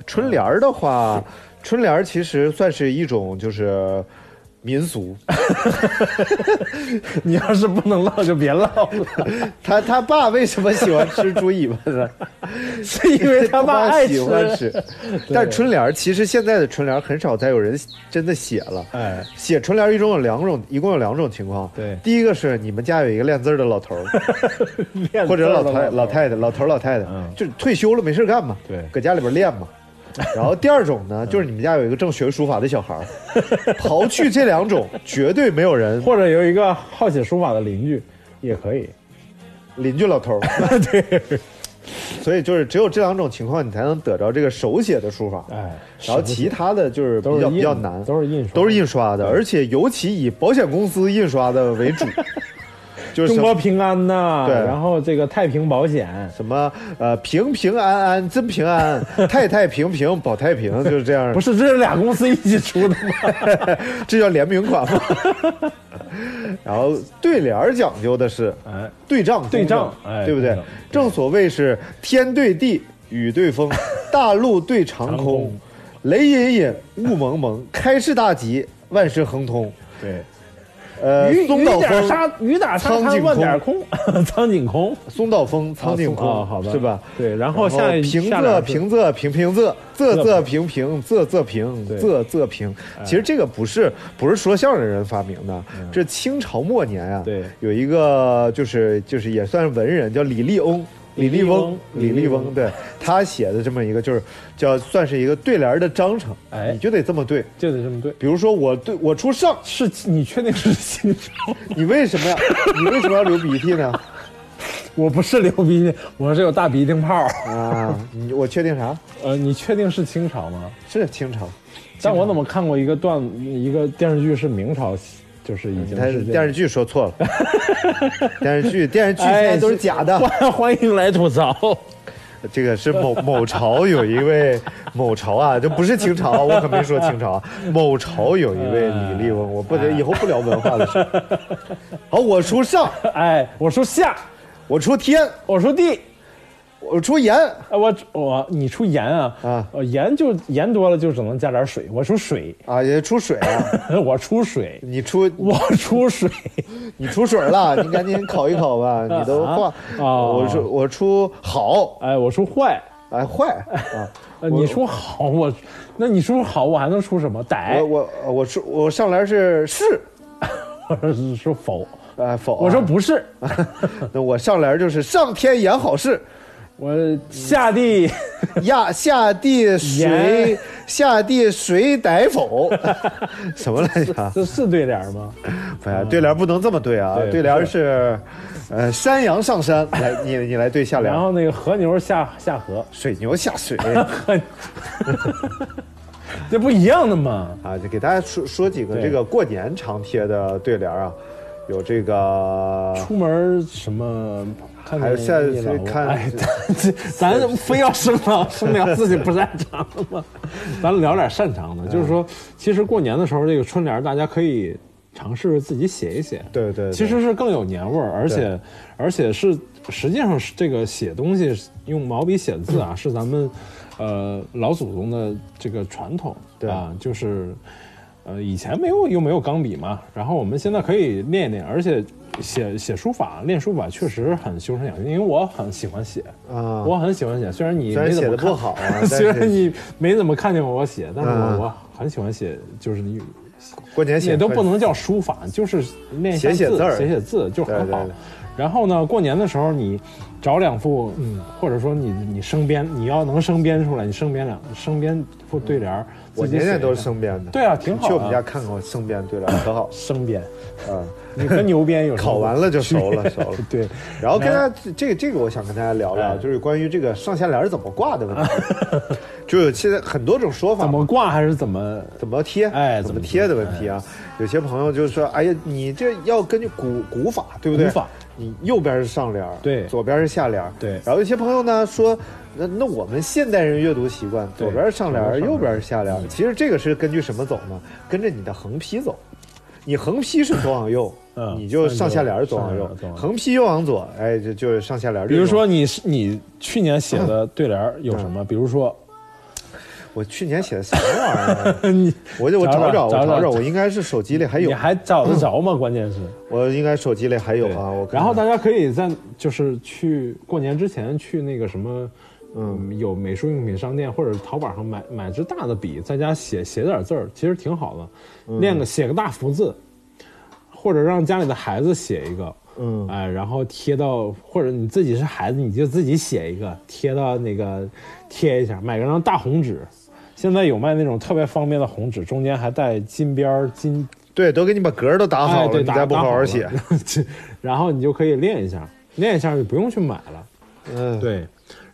Speaker 3: 春联儿的话，春联儿其实算是一种就是民俗，
Speaker 4: 你要是不能唠就别唠了，
Speaker 3: 他他爸为什么喜欢吃猪尾巴呢？
Speaker 4: 是因为 他爸爱
Speaker 3: 喜
Speaker 4: 吃。
Speaker 3: 欢吃。但春联儿其实现在的春联儿很少再有人真的写了。
Speaker 4: 哎，
Speaker 3: 写春联儿一共有两种，一共有两种情况。
Speaker 4: 对
Speaker 3: 第一个是你们家有一个练字儿的老头儿，
Speaker 4: 练
Speaker 3: 或者
Speaker 4: 字儿
Speaker 3: 老
Speaker 4: 的
Speaker 3: 太
Speaker 4: 老
Speaker 3: 老
Speaker 4: 头
Speaker 3: 太太、老头儿老太太，
Speaker 4: 嗯
Speaker 3: 就是退休了没事儿干嘛，
Speaker 4: 对
Speaker 3: 搁家里边 练嘛。然后第二种
Speaker 4: 嗯
Speaker 3: 呢，就是你们家有一个正学书法的小孩儿。刨去这两 种，绝对没有人
Speaker 4: 或者有一个好写书法的邻居也可以。
Speaker 3: 邻居老头儿。对，所以就是只有这两种情况，你才能得着这个手写的书法。
Speaker 4: 哎，
Speaker 3: 然后
Speaker 4: 是不是
Speaker 3: 其他的就是
Speaker 4: 都
Speaker 3: 比
Speaker 4: 是
Speaker 3: 较
Speaker 4: 印
Speaker 3: 比较难，
Speaker 4: 都是印刷，
Speaker 3: 都是印刷的，而且尤其以保险公司印刷的为 主，就是
Speaker 4: 中
Speaker 3: 什
Speaker 4: 国
Speaker 3: 么
Speaker 4: 平安呐，
Speaker 3: 对
Speaker 4: 然后这个太平保险，
Speaker 3: 什么呃平平安安真平安，太太平平保太平，就是这样，
Speaker 4: 不是这是俩公司一起出的吗？
Speaker 3: 这叫联名款吗？ 然后对联儿讲究的是
Speaker 4: 哎，
Speaker 3: 对仗工整，
Speaker 4: 对仗哎
Speaker 3: 对不对
Speaker 4: 工整？
Speaker 3: 正所谓是天对地，雨对风，大陆对长
Speaker 4: 长
Speaker 3: 空
Speaker 4: 空，
Speaker 3: 雷隐隐，雾蒙蒙，开市大吉，万事亨通。
Speaker 4: 对，
Speaker 3: 呃，
Speaker 4: 雨
Speaker 3: 松
Speaker 4: 雨
Speaker 3: 岛
Speaker 4: 点
Speaker 3: 枫
Speaker 4: 沙，雨打沙
Speaker 3: 苍井
Speaker 4: 滩万点空， 苍井空，
Speaker 3: 松岛枫，苍井空，
Speaker 4: 啊，好吧，
Speaker 3: 是吧？
Speaker 4: 对，然
Speaker 3: 然
Speaker 4: 后下一
Speaker 3: 平
Speaker 4: 下
Speaker 3: 仄
Speaker 4: 两个是
Speaker 3: 平仄平平仄仄仄平平仄仄平
Speaker 4: 对哎
Speaker 3: 仄仄平，其实这个不是不是说相声的人发明的，这清朝末年啊，
Speaker 4: 嗯对
Speaker 3: 有一个就是就是也算是文人叫李立翁。李立翁，李立
Speaker 4: 李立翁李立
Speaker 3: 翁，
Speaker 4: 翁
Speaker 3: 对他写的这么一个，就是叫算是一个对联的章程，
Speaker 4: 哎
Speaker 3: 你就得这么对。
Speaker 4: 就得这么对。
Speaker 3: 比如说我对我出上，
Speaker 4: 是你确定是新手？
Speaker 3: 你为什么呀？你为什么要流鼻涕呢？
Speaker 4: 我不是流鼻涕，我是有大鼻涕泡。
Speaker 3: 啊，你我确定啥？
Speaker 4: 呃，你确定是清朝吗？
Speaker 3: 是清朝，
Speaker 4: 但我怎么看过一个段一个电视剧是明朝，就是已经
Speaker 3: 他
Speaker 4: 是这
Speaker 3: 嗯电
Speaker 4: 样哎
Speaker 3: 视剧说 错了，电 视剧电视剧现哎在都是假的。
Speaker 4: 欢欢迎来吐槽，
Speaker 3: 这个是某某朝有一位某朝啊，这不是清朝，我可没说清朝啊。 某朝有一位李立翁，我不得以后不聊文化的 事。好，我出上，
Speaker 4: 哎，我说下，
Speaker 3: 我出天，
Speaker 4: 我说地，
Speaker 3: 我出盐，
Speaker 4: 哎我我你出盐啊
Speaker 3: 啊
Speaker 4: 呃盐就盐多了就只能加点水，我出水，
Speaker 3: 啊，也出水 啊。
Speaker 4: 我出水，
Speaker 3: 你出
Speaker 4: 我出水，
Speaker 3: 你出水了，你赶紧考一考 吧，你都画。
Speaker 4: 哦
Speaker 3: 我出我出好，
Speaker 4: 哎，我出坏，
Speaker 3: 哎坏啊。
Speaker 4: 呃
Speaker 3: 我
Speaker 4: 你出好，我那你出好，我还能出什么？歹
Speaker 3: 我，我我出我上联是是，
Speaker 4: 我说说否，
Speaker 3: 哎否啊。
Speaker 4: 我说不是，
Speaker 3: 那我上联就是上天言好事，
Speaker 4: 我下地，
Speaker 3: 呀下地谁
Speaker 4: 言
Speaker 3: 下地谁逮否？什么来着？
Speaker 4: 这是对联吗？
Speaker 3: 哎呀，对联不能这么对啊，
Speaker 4: 对
Speaker 3: 对联是，呃，山羊上山，来你你来对下联
Speaker 4: 然，后那个和牛下下河，
Speaker 3: 水牛下水
Speaker 4: 这不一样的吗？
Speaker 3: 啊，就给大家说说几个
Speaker 4: 对
Speaker 3: 这个过年常贴的对联啊，有这个。
Speaker 4: 出门什么？看见
Speaker 3: 还有哎下
Speaker 4: 一老
Speaker 3: 次看
Speaker 4: 哎，咱咱非要生 聊生聊自己不擅长的 吗？咱聊点擅长
Speaker 3: 嗯
Speaker 4: 的，就是说，其实过年的时候，这个春联大家可以尝试自己写一写。
Speaker 3: 对对对
Speaker 4: 其实是更有年味儿，而且而且是实际上是这个写东西用毛笔写字
Speaker 3: 嗯
Speaker 4: 啊，是咱们呃老祖宗的这个传统
Speaker 3: 对
Speaker 4: 啊，就是呃以前没有又没有钢笔嘛，然后我们现在可以练一练，而且写写书法练书法确实很修身养性，因为我很喜欢写
Speaker 3: 啊
Speaker 4: 我很喜欢写，虽然你
Speaker 3: 虽然
Speaker 4: 没怎
Speaker 3: 写
Speaker 4: 么
Speaker 3: 得不
Speaker 4: 看
Speaker 3: 好啊但是
Speaker 4: 虽然你没怎么看见我写，但是我、
Speaker 3: 嗯
Speaker 4: 我很喜欢写，就是你
Speaker 3: 过年写
Speaker 4: 也都不
Speaker 3: 春
Speaker 4: 能叫书法，就是练一下
Speaker 3: 写写字儿
Speaker 4: 写写字就很
Speaker 3: 对对
Speaker 4: 好
Speaker 3: 对。
Speaker 4: 然后呢，过年的时候你找两副，嗯，或者说你你生编，你要能生编出来，你生编两生编副对联儿，
Speaker 3: 嗯我
Speaker 4: 自己
Speaker 3: 年
Speaker 4: 写
Speaker 3: 年都
Speaker 4: 一
Speaker 3: 是
Speaker 4: 下
Speaker 3: 生编的，
Speaker 4: 对啊挺好啊
Speaker 3: 去我们家看看我生编对联，可好
Speaker 4: 生编，
Speaker 3: 啊。
Speaker 4: 你跟牛编有什 么
Speaker 3: 烤完了就熟 了，熟了。
Speaker 4: 对，
Speaker 3: 然后跟大家这个这个，我想跟大家聊聊，
Speaker 4: 哎
Speaker 3: 就是关于这个上下联儿怎么挂的问 题，就是现在很多种说法
Speaker 4: 怎
Speaker 3: 嘛，
Speaker 4: 么挂还是怎么？
Speaker 3: 怎么贴，
Speaker 4: 哎
Speaker 3: 怎
Speaker 4: 怎
Speaker 3: 么
Speaker 4: 么
Speaker 3: 贴的问题啊。有些朋友就说，哎呀，你这要根据古古法，对不对？
Speaker 4: 古法，
Speaker 3: 你右边是上联儿，
Speaker 4: 对
Speaker 3: 左边是下联儿，
Speaker 4: 对
Speaker 3: 然后有些朋友呢说。那那我们现代人阅读习惯，
Speaker 4: 对
Speaker 3: 左边是上联儿，右
Speaker 4: 左边是上联儿嗯
Speaker 3: 边是下联儿。其实这个是根据什么走呢？跟着你的横批走。你横批是左往右，
Speaker 4: 嗯
Speaker 3: 你就上下联儿左往右
Speaker 4: 上下联儿左往；右
Speaker 3: 横批右往左，哎，就就是上下联儿
Speaker 4: 比
Speaker 3: 这种。嗯
Speaker 4: 如说你是你去年写 的对联儿有什么？比如说
Speaker 3: 我去年写的什么玩意 儿啊？
Speaker 4: 你
Speaker 3: 我就我找
Speaker 4: 找
Speaker 3: 找，我找
Speaker 4: 找找
Speaker 3: 找，我应该是手机里还有嗯
Speaker 4: 你，还找得着吗？关键是
Speaker 3: 我应该手机里还有
Speaker 4: 对
Speaker 3: 啊。我看
Speaker 4: 然后
Speaker 3: 看
Speaker 4: 大家可以在就是去过年之前去那个什么。嗯，有美术用品商店或者淘宝上买买支大的笔，在家写写点字儿，其实挺好的，
Speaker 3: 嗯
Speaker 4: 练个写个大福字，或者让家里的孩子写一个，
Speaker 3: 嗯
Speaker 4: 哎，然后贴到，或者你自己是孩子，你就自己写一个，贴到那个贴一下，买个张大红纸，现在有卖那种特别方便的红纸，中间还带金边儿金
Speaker 3: 对，都给你把格儿都打好
Speaker 4: 哎，
Speaker 3: 了，
Speaker 4: 对，
Speaker 3: 你再不好好写，
Speaker 4: 打了这 然后你就可以练一下，练一下就不用去买了。
Speaker 3: 嗯，
Speaker 4: 对，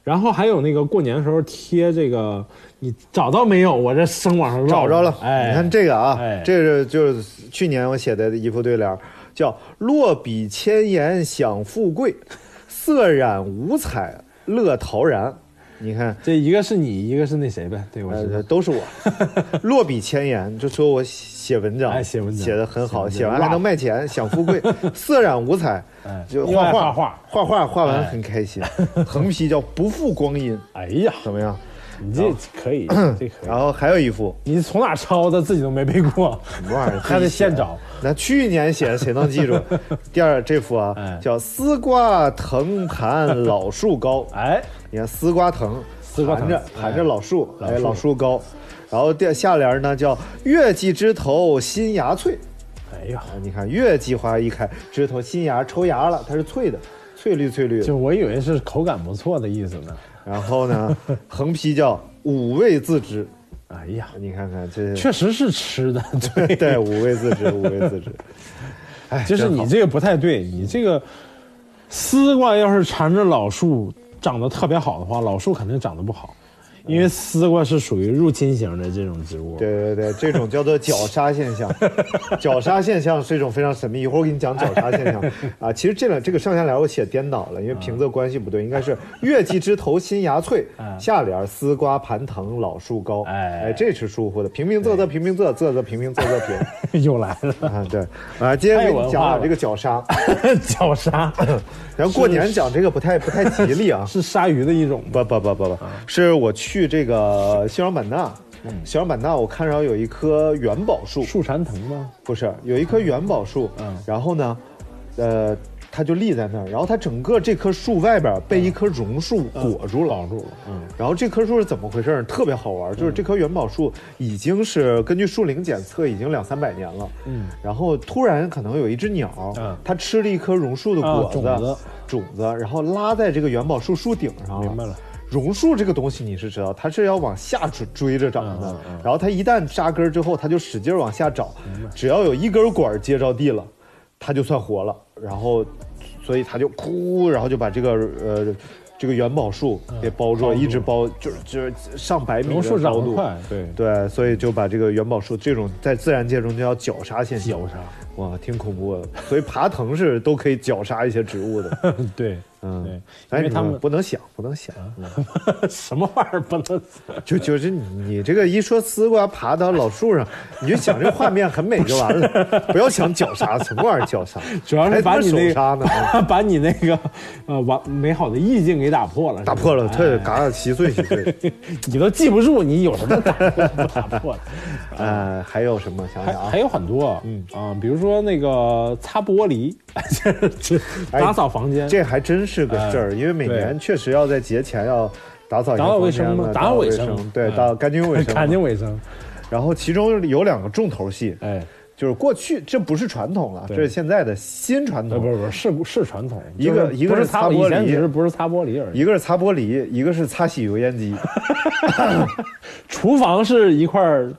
Speaker 4: 然后还有那个过年的时候贴这个，你找到没有？我这生网上
Speaker 3: 找着了。
Speaker 4: 哎，
Speaker 3: 你看这个啊
Speaker 4: 哎，
Speaker 3: 这是就是去年我写的一副对联儿，叫“落笔千言享富贵，色染五彩乐陶然”。你看，
Speaker 4: 这一个是你，一个是那谁呗？对，我知道
Speaker 3: 呃，。都是我，落笔千言，就说我写文章，
Speaker 4: 哎写文章
Speaker 3: 写的很好，
Speaker 4: 写文章
Speaker 3: 写完还能卖钱，享富贵，色染五彩，
Speaker 4: 哎
Speaker 3: 就
Speaker 4: 又爱
Speaker 3: 画
Speaker 4: 画
Speaker 3: 画
Speaker 4: 画，
Speaker 3: 画画画完
Speaker 4: 哎
Speaker 3: 很开心。横批叫不负光阴，
Speaker 4: 哎呀，
Speaker 3: 怎么样？
Speaker 4: 你这 可以，这可
Speaker 3: 然
Speaker 4: 以。
Speaker 3: 后还有一幅
Speaker 4: 你从哪抄的？自己都没背过，
Speaker 3: 什么玩意儿？
Speaker 4: 还得现找。
Speaker 3: 那去年写的谁能记 住？第二这幅啊
Speaker 4: 哎，
Speaker 3: 叫丝瓜藤盘老树高。
Speaker 4: 哎，
Speaker 3: 你看丝瓜藤，
Speaker 4: 丝瓜
Speaker 3: 盘
Speaker 4: 藤
Speaker 3: 着盘着
Speaker 4: 哎
Speaker 3: 老树，
Speaker 4: 老
Speaker 3: 哎，
Speaker 4: 树
Speaker 3: 老树高。然后第下联呢叫月季枝头新芽翠，
Speaker 4: 哎呀，
Speaker 3: 啊你看月季花一开，枝头新芽抽芽了，它是翠的，翠绿翠绿的。
Speaker 4: 就我以为是口感不错的意思呢。
Speaker 3: 然后呢，横批叫五味自知，
Speaker 4: 哎呀，
Speaker 3: 你看看这
Speaker 4: 确实是吃 的，对
Speaker 3: 对五味自知，五味自知。哎，
Speaker 4: 就是
Speaker 3: 真
Speaker 4: 你
Speaker 3: 好
Speaker 4: 这个不太对，你这个丝瓜要是缠着老树长得特别好的话，老树肯定长得不好，因为丝瓜是属于入侵型的这种植物。，
Speaker 3: 对对对，这种叫做绞杀现象。绞杀现象是一种非常神秘，一会儿我给你讲绞杀现象啊。其实这两这个上下联我写颠倒了，因为平仄关系不对，应该是月季枝头新芽翠，下联丝瓜盘藤老树高。
Speaker 4: 哎
Speaker 3: 哎，这是疏忽的，平平仄仄平平仄仄仄平平仄仄平
Speaker 4: 又来了，
Speaker 3: 啊。对啊，今天给你讲讲这个绞杀，
Speaker 4: 绞杀
Speaker 3: 然后过年讲这个不太不太吉利 啊。
Speaker 4: 是鲨鱼的一种吧？
Speaker 3: 不不不不不，是我去这个西双版纳，西双版纳我看着有一棵元宝树，
Speaker 4: 树缠藤吗？
Speaker 3: 不是，有一棵元宝树，
Speaker 4: 嗯
Speaker 3: 然后呢，呃，它就立在那儿，然后它整个这棵树外边被一棵榕树裹住了，
Speaker 4: 绑住了，嗯，
Speaker 3: 然后这棵树是怎么回事儿？特别好玩儿，就是这棵元宝树已经是根据树龄检测已经两三百年了，
Speaker 4: 嗯，
Speaker 3: 然后突然可能有一只鸟，
Speaker 4: 嗯
Speaker 3: 它吃了一颗榕树的果子、
Speaker 4: 啊种子
Speaker 3: 种子然后拉在这个元宝树树顶上
Speaker 4: 明白了。
Speaker 3: 榕树这个东西你是知道，它是要往下追追着长的，
Speaker 4: 嗯嗯
Speaker 3: 然后它一旦扎根之后，它就使劲儿往下找，只要有一根管儿接着地了，它就算活了。然后，所以它就哭，然后就把这个呃这个元宝树给包
Speaker 4: 嗯
Speaker 3: 住了，一直包，就是就是上百米的
Speaker 4: 榕树长
Speaker 3: 高
Speaker 4: 得
Speaker 3: 度。
Speaker 4: 快，对，
Speaker 3: 对，所以就把这个元宝树这种在自然界中就叫绞杀现象，
Speaker 4: 绞杀，
Speaker 3: 哇，挺恐怖的。所以爬藤是都可以绞杀一些植物的，
Speaker 4: 对，对，
Speaker 3: 嗯
Speaker 4: 因，
Speaker 3: 哎，
Speaker 4: 为他
Speaker 3: 你
Speaker 4: 们
Speaker 3: 不能想，不能想。
Speaker 4: 什么玩意儿不能
Speaker 3: 就就是你你这个一说丝瓜爬到老树上，你就想这画面很美就完了，不要想绞杀，什么玩意儿绞杀？
Speaker 4: 主要是把你
Speaker 3: 还他妈手
Speaker 4: 那
Speaker 3: 杀 呢，
Speaker 4: 把把你那个呃完美好的意境给打破了，是吧
Speaker 3: 打破了，特
Speaker 4: 哎
Speaker 3: 嘎嘎稀碎稀 碎。
Speaker 4: 你都记不住，你有什么打破不 打破的？
Speaker 3: 呃，还有什么？想
Speaker 4: 还
Speaker 3: 想啊
Speaker 4: 还，有很多，嗯啊、比如说那个擦玻璃， 这
Speaker 3: 哎
Speaker 4: 打扫房间，
Speaker 3: 这还真是个事儿，因为每年
Speaker 4: 哎对
Speaker 3: 确实要在节前要打扫一下
Speaker 4: 打扫
Speaker 3: 房
Speaker 4: 卫
Speaker 3: 间
Speaker 4: 生
Speaker 3: 了
Speaker 4: 嘛
Speaker 3: 打
Speaker 4: 打扫
Speaker 3: 卫
Speaker 4: 卫生
Speaker 3: 对，
Speaker 4: 哎
Speaker 3: 打扫干净 卫生，啊
Speaker 4: 干净。卫生，
Speaker 3: 然后其中有两个重头戏，
Speaker 4: 哎，
Speaker 3: 就是过去这不是传统了，这
Speaker 4: 对
Speaker 3: 是现在的新传
Speaker 4: 呃，
Speaker 3: 统
Speaker 4: 不。是不是，是是传统，
Speaker 3: 一个
Speaker 4: 就是
Speaker 3: 一个
Speaker 4: 不
Speaker 3: 是
Speaker 4: 是
Speaker 3: 擦
Speaker 4: 擦，
Speaker 3: 玻璃
Speaker 4: 以前只是不是擦玻璃而已。
Speaker 3: 一个是擦玻璃，一个是擦洗油烟机，
Speaker 4: 厨房是一块儿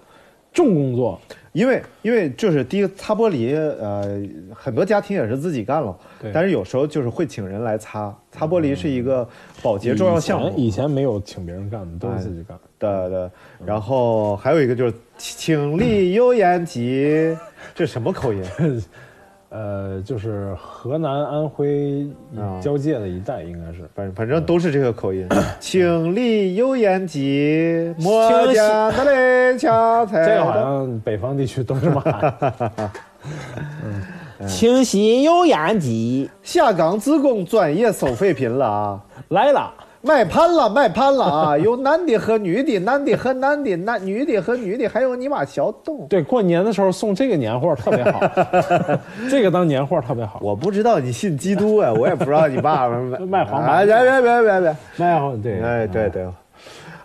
Speaker 4: 重工作，
Speaker 3: 因为因为就是第一个擦玻璃，呃，很多家庭也是自己干了，
Speaker 4: 对
Speaker 3: 但是有时候就是会请人来擦，擦玻璃是一个保洁重要项目
Speaker 4: 以前以前没有请别人干的，都是自己干。
Speaker 3: 的的，然后还有一个就是请立油烟机，这什么口音？
Speaker 4: 呃，就是河南、安徽
Speaker 3: 啊
Speaker 4: 交界的一带，应该是。
Speaker 3: 反正反正都是这个口 音，请立油烟机，莫家那嘞恰菜。
Speaker 4: 这个好像北方地区都这么喊。
Speaker 5: 清洗有氧机
Speaker 3: 下岗职工专业收废品了啊！
Speaker 4: 来了，
Speaker 3: 卖盘了，卖盘了啊！有男的和女的，男的和男的，男女的和女的，还有你妈小动。
Speaker 4: 对，过年的时候送这个年货特别好， 这个当年货特别好。
Speaker 3: 我不知道你信基督啊，我也不知道你爸爸 卖
Speaker 4: 卖黄
Speaker 3: 啊！
Speaker 4: 牌
Speaker 3: 别别别别别！
Speaker 4: 卖好对，嗯
Speaker 3: 哎，对对，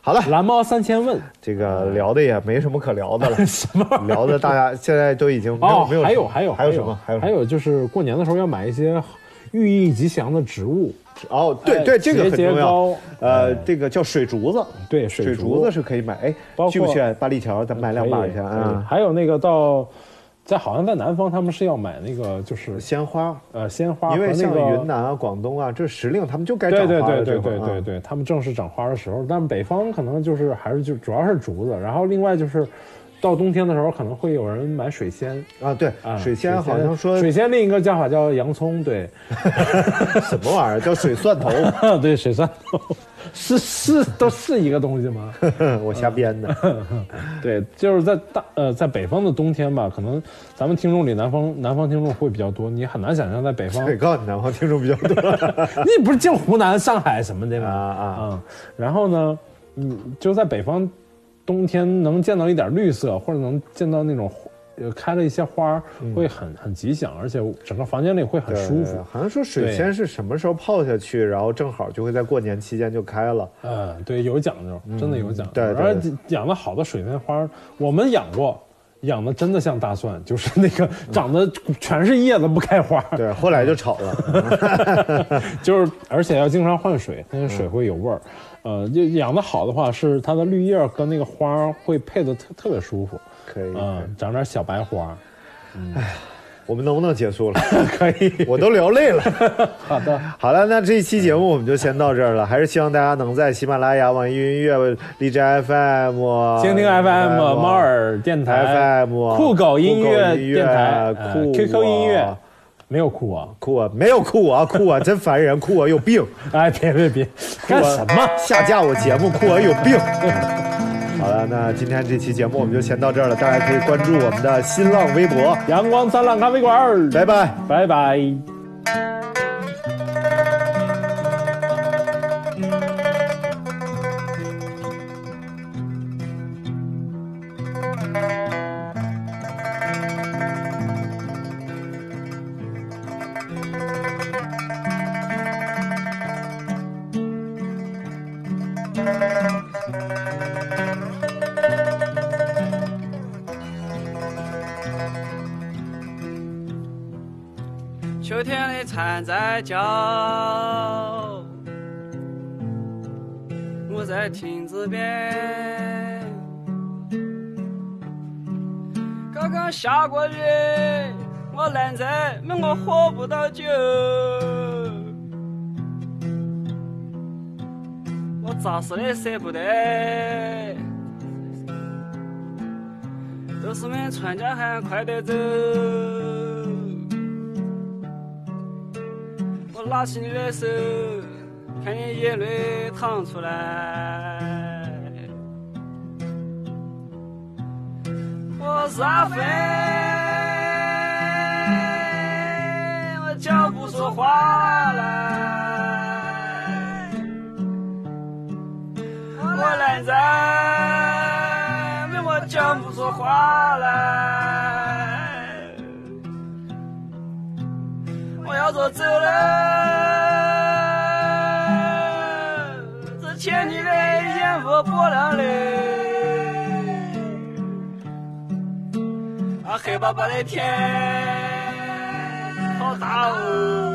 Speaker 3: 好了，
Speaker 4: 蓝猫三千问
Speaker 3: 这个聊的也没 什么可聊的了，
Speaker 4: 什么玩意儿？
Speaker 3: 聊的大家现在都已经没有
Speaker 4: 哦
Speaker 3: 没有，
Speaker 4: 还
Speaker 3: 什
Speaker 4: 有
Speaker 3: 么
Speaker 4: 还有
Speaker 3: 还有什么还有
Speaker 4: 还有就是过年的时候要买一些寓意吉祥的植物，
Speaker 3: 哦，对
Speaker 4: 哎
Speaker 3: 对，这个很
Speaker 4: 节
Speaker 3: 重
Speaker 4: 节
Speaker 3: 要
Speaker 4: 高。
Speaker 3: 呃，这个叫水竹子，
Speaker 4: 对水
Speaker 3: 水
Speaker 4: 竹
Speaker 3: 竹子是可以买。哎
Speaker 4: 包，括
Speaker 3: 去不去八里桥？咱买两把
Speaker 4: 可以
Speaker 3: 去
Speaker 4: 可以
Speaker 3: 啊。
Speaker 4: 还有那个到，在好像在南方他们是要买那个就是
Speaker 3: 鲜花，
Speaker 4: 呃鲜花和
Speaker 3: 因
Speaker 4: 那个，
Speaker 3: 为像云南啊、广东啊，这时令他们就该
Speaker 4: 对
Speaker 3: 长
Speaker 4: 对
Speaker 3: 花
Speaker 4: 对
Speaker 3: 了。
Speaker 4: 对
Speaker 3: 这会儿
Speaker 4: 对
Speaker 3: 啊
Speaker 4: 对对，他们正是长花的时候，但北方可能就是还是就主要是竹子，然后另外就是到冬天的时候可能会有人买水仙。
Speaker 3: 啊，对
Speaker 4: 啊，
Speaker 3: 水仙好像说
Speaker 4: 水仙另一个叫法叫洋 葱，对，
Speaker 3: 什么玩意儿叫水蒜 头，
Speaker 4: 对，水蒜头 是是都是一个东西吗？
Speaker 3: 我瞎编的。
Speaker 4: 对，就是在大呃，在北方的冬天吧，可能咱们听众里南方南方听众会比较多，你很难想象在北方，
Speaker 3: 对，告诉你，南方听众比较多
Speaker 4: 你不是进湖南、上海什么的吗？
Speaker 3: 啊啊，
Speaker 4: 嗯，然后呢，嗯，就在北方冬天能见到一点绿色，或者能见到那种花呃开了一些花儿，会很很吉祥，而且整个房间里会
Speaker 3: 嗯
Speaker 4: 很
Speaker 3: 对
Speaker 4: 舒服。
Speaker 3: 好像说水仙是什么时候泡下去，然后正好就会在过年期间就开了。
Speaker 4: 嗯，对，有讲究，真的有讲究。
Speaker 3: 嗯对对对
Speaker 4: 而且养的好的水仙花儿，我们养过，养的真的像大蒜， 就是那个长得全是叶子不开花儿，
Speaker 3: 对，后来
Speaker 4: 嗯
Speaker 3: 就炒了。
Speaker 4: 就是而且要经常换水，那个水会有味儿。
Speaker 3: 嗯
Speaker 4: 呃，就养的好的话，是它的绿叶儿跟那个花儿会配的特特别舒服。
Speaker 3: 可以，可以
Speaker 4: 嗯，长点小白花。
Speaker 3: 我们能不能结束了？
Speaker 4: 可以，
Speaker 3: 我都聊累了。
Speaker 4: 好的，
Speaker 3: 好了，那这一期节目我们就先到这儿了，还是希望大家能在喜马拉雅、网易云音乐、荔枝呃 FM、
Speaker 4: 蜻蜓 FM、猫耳电台、
Speaker 3: FM、
Speaker 4: 酷狗音
Speaker 3: 乐
Speaker 4: 乐电台、呃
Speaker 3: 酷我
Speaker 4: QQ 音乐，没有酷啊！
Speaker 3: 酷我没有酷我啊，酷我真烦人，酷我有病，
Speaker 4: 哎，别别别， 干什么？
Speaker 3: 下架我节目，酷我有病。好了，那今天这期节目我们就先到这儿了，大家可以关注我们的新浪微博，
Speaker 4: 阳光灿烂咖啡馆儿，
Speaker 3: 拜拜。
Speaker 4: 拜拜。
Speaker 6: 秋天的蝉在叫，我在亭子边。刚刚下过雨，我懒在，没我喝不到酒。我咋死的舍不得，都是俺船家喊快点走。我拉起你的手，看你眼泪淌出来。我是阿飞，我讲不出话来，我懒在，没我讲不出话来。我要走走了，只欠你的烟火波浪嘞。啊，黑巴巴的天，好大哦。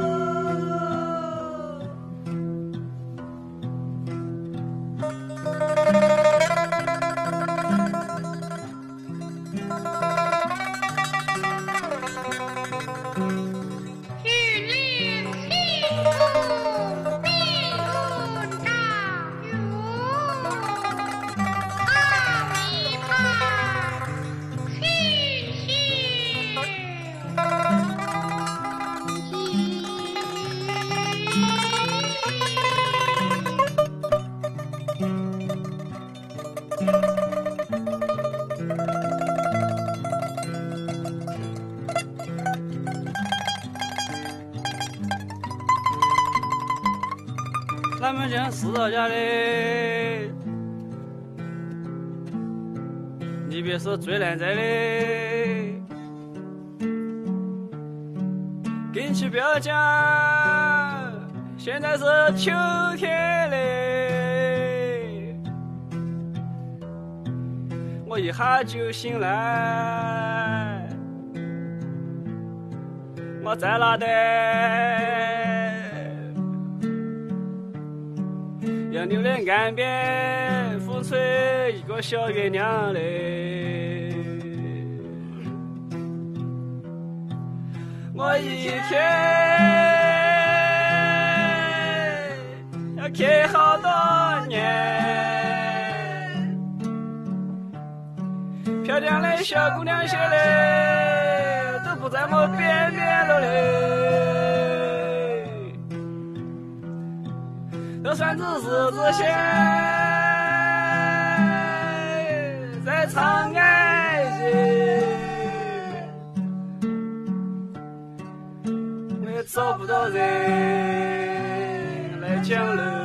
Speaker 7: 日令七处避无障，如阿弥陀，去世。
Speaker 6: 咱们先死到家里。你别是最难在的，跟去表讲，现在是秋天嘞，我一下就醒来，我在哪得？杨柳的岸边，风吹一个小月亮嘞。我一天要看好多年，漂亮的小姑娘些嘞，都不在我边边了嘞。这算只是只仙，在长安县，我也找不到人来讲了。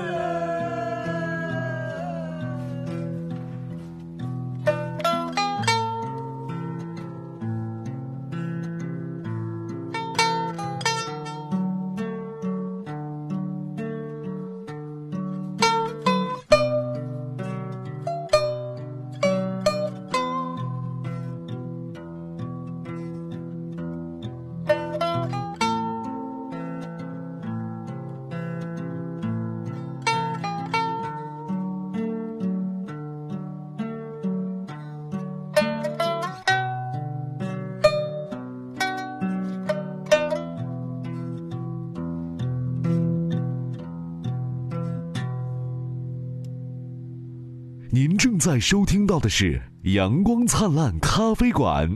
Speaker 8: 您正在收听到的是《阳光灿烂咖啡馆》